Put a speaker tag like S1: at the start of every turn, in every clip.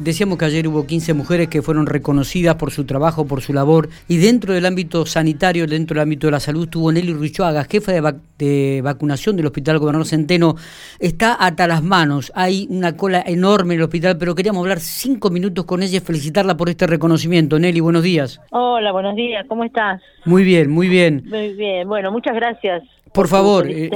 S1: Decíamos que ayer hubo 15 mujeres que fueron reconocidas por su trabajo, por su labor, y dentro del ámbito sanitario, dentro del ámbito de la salud, tuvo Nelly Ruichuaga, jefa de, vac de, vacunación del Hospital Gobernador Centeno. Está hasta las manos, hay una cola enorme en el hospital, pero queríamos hablar cinco minutos con ella y felicitarla por este reconocimiento. Nelly, buenos días.
S2: Hola, buenos días, ¿cómo estás?
S1: Muy bien, muy bien.
S2: Muy bien, bueno, muchas gracias.
S1: Por favor, el,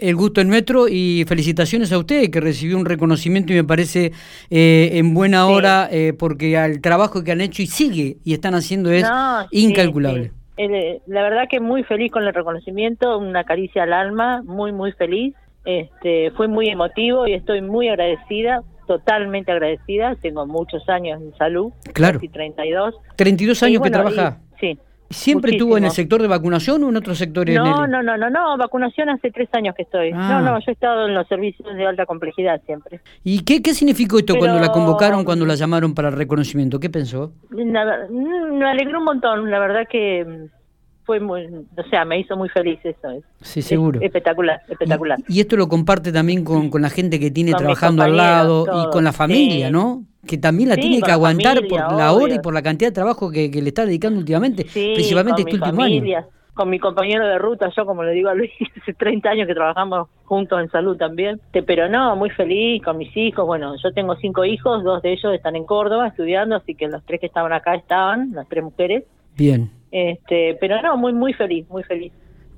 S1: el, gusto es nuestro y felicitaciones a usted que recibió un reconocimiento y me parece eh, en buena sí. hora eh, porque el trabajo que han hecho y sigue y están haciendo es no, incalculable.
S2: Sí, sí. La verdad que muy feliz con el reconocimiento, una caricia al alma, muy, muy feliz. Este, fue muy emotivo y estoy muy agradecida totalmente agradecida, tengo muchos años en salud,
S1: claro.
S2: casi 32.
S1: 32 años bueno, que trabaja.
S2: Y, sí,
S1: ¿Siempre Muchísimo. estuvo en el sector de vacunación o en otros sectores?
S2: No, no, no, no, no, vacunación hace tres años que estoy. Ah. No, no, yo he estado en los servicios de alta complejidad siempre.
S1: ¿Y qué, qué significó esto Pero... cuando la convocaron, cuando la llamaron para el reconocimiento? ¿Qué pensó?
S2: La, mm, me alegró un montón, la verdad que mm, fue muy, o sea, me hizo muy feliz eso. Es,
S1: sí, seguro.
S2: Es espectacular, espectacular.
S1: Y, y, esto lo comparte también con, con la gente que tiene con trabajando al lado todo, y con la familia, sí. ¿no? Que también la sí, tiene que aguantar familia, por la obvio. hora y por la cantidad de trabajo que, que le está dedicando últimamente,
S2: sí,
S1: principalmente
S2: con
S1: este
S2: mi
S1: último
S2: familia,
S1: año.
S2: Con mi compañero de ruta, yo como le digo a Luis, hace 30 años que trabajamos juntos en salud también. este, Pero no, muy feliz con mis hijos. Bueno, yo tengo cinco hijos, dos de ellos están en Córdoba estudiando, así que los tres que estaban acá estaban, las tres mujeres.
S1: Bien.
S2: Este, pero no, muy muy feliz, muy feliz.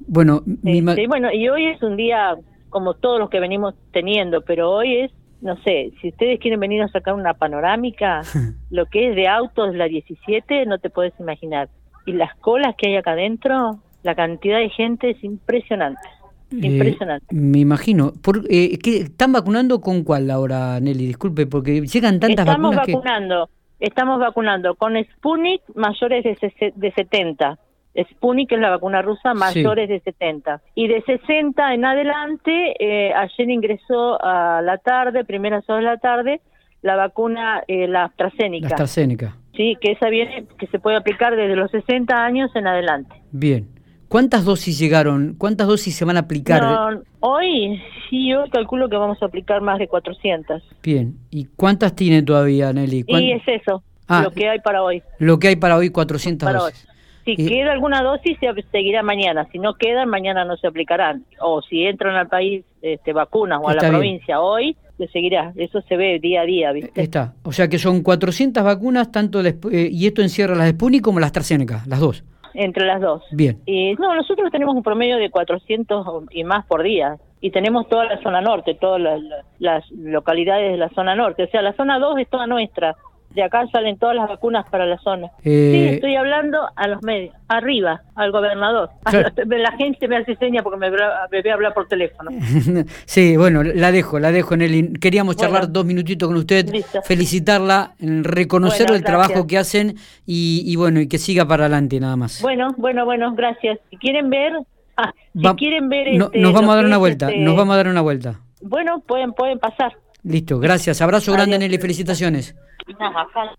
S1: Bueno, eh,
S2: este, bueno, y hoy es un día como todos los que venimos teniendo, pero hoy es, no sé, si ustedes quieren venir a sacar una panorámica, lo que es de autos la 17, no te puedes imaginar. Y las colas que hay acá adentro, la cantidad de gente es impresionante. Impresionante.
S1: Eh, me imagino. Por, eh, ¿qué, ¿Están vacunando con cuál ahora, Nelly? Disculpe, porque llegan tantas
S2: Estamos
S1: vacunas.
S2: Estamos vacunando. Que estamos vacunando con Sputnik mayores de, de 70. Sputnik, que es la vacuna rusa, mayores sí. de 70. Y de 60 en adelante, eh, ayer ingresó a la tarde, primeras horas de la tarde, la vacuna, eh, la AstraZeneca.
S1: La AstraZeneca.
S2: Sí, que esa viene, que se puede aplicar desde los 60 años en adelante.
S1: Bien. ¿Cuántas dosis llegaron? ¿Cuántas dosis se van a aplicar?
S2: No, hoy, sí, yo calculo que vamos a aplicar más de 400.
S1: Bien. ¿Y cuántas tiene todavía, Nelly?
S2: ¿Cuán... Y es eso, ah, lo que hay para hoy.
S1: Lo que hay para hoy, 400 para dosis. Hoy.
S2: Si y... queda alguna dosis, se seguirá mañana. Si no quedan, mañana no se aplicarán. O si entran al país este, vacunas o a Está la bien. Eh, provincia hoy, se seguirá. Eso se ve día a día, ¿viste?
S1: Está. O sea que son 400 vacunas, tanto de, eh, y esto encierra las de Sputnik como las AstraZeneca, las dos
S2: entre las dos.
S1: Bien.
S2: Y, no, nosotros tenemos un promedio de 400 y más por día. Y tenemos toda la zona norte, todas las, las, localidades de la zona norte. O sea, la zona 2 es toda nuestra. De acá salen todas las vacunas para la zona. Eh... Sí, estoy hablando a los medios, arriba, al gobernador. Claro. La, la, gente me hace seña porque me, me voy a hablar por teléfono.
S1: Eh, sí, bueno, la dejo, la dejo, Nelly. Queríamos charlar bueno. dos minutitos con usted, Listo. felicitarla, reconocer bueno, el gracias. trabajo que hacen y, y, bueno, y que siga para adelante nada más.
S2: Bueno, bueno, bueno, gracias. Si quieren ver, ah, si Va, quieren ver...
S1: No,
S2: este,
S1: nos vamos a dar una vuelta, este... nos vamos a dar una vuelta.
S2: Bueno, pueden, pueden pasar.
S1: Listo, gracias. Abrazo Adiós. grande, Nelly. Felicitaciones. 那麻烦。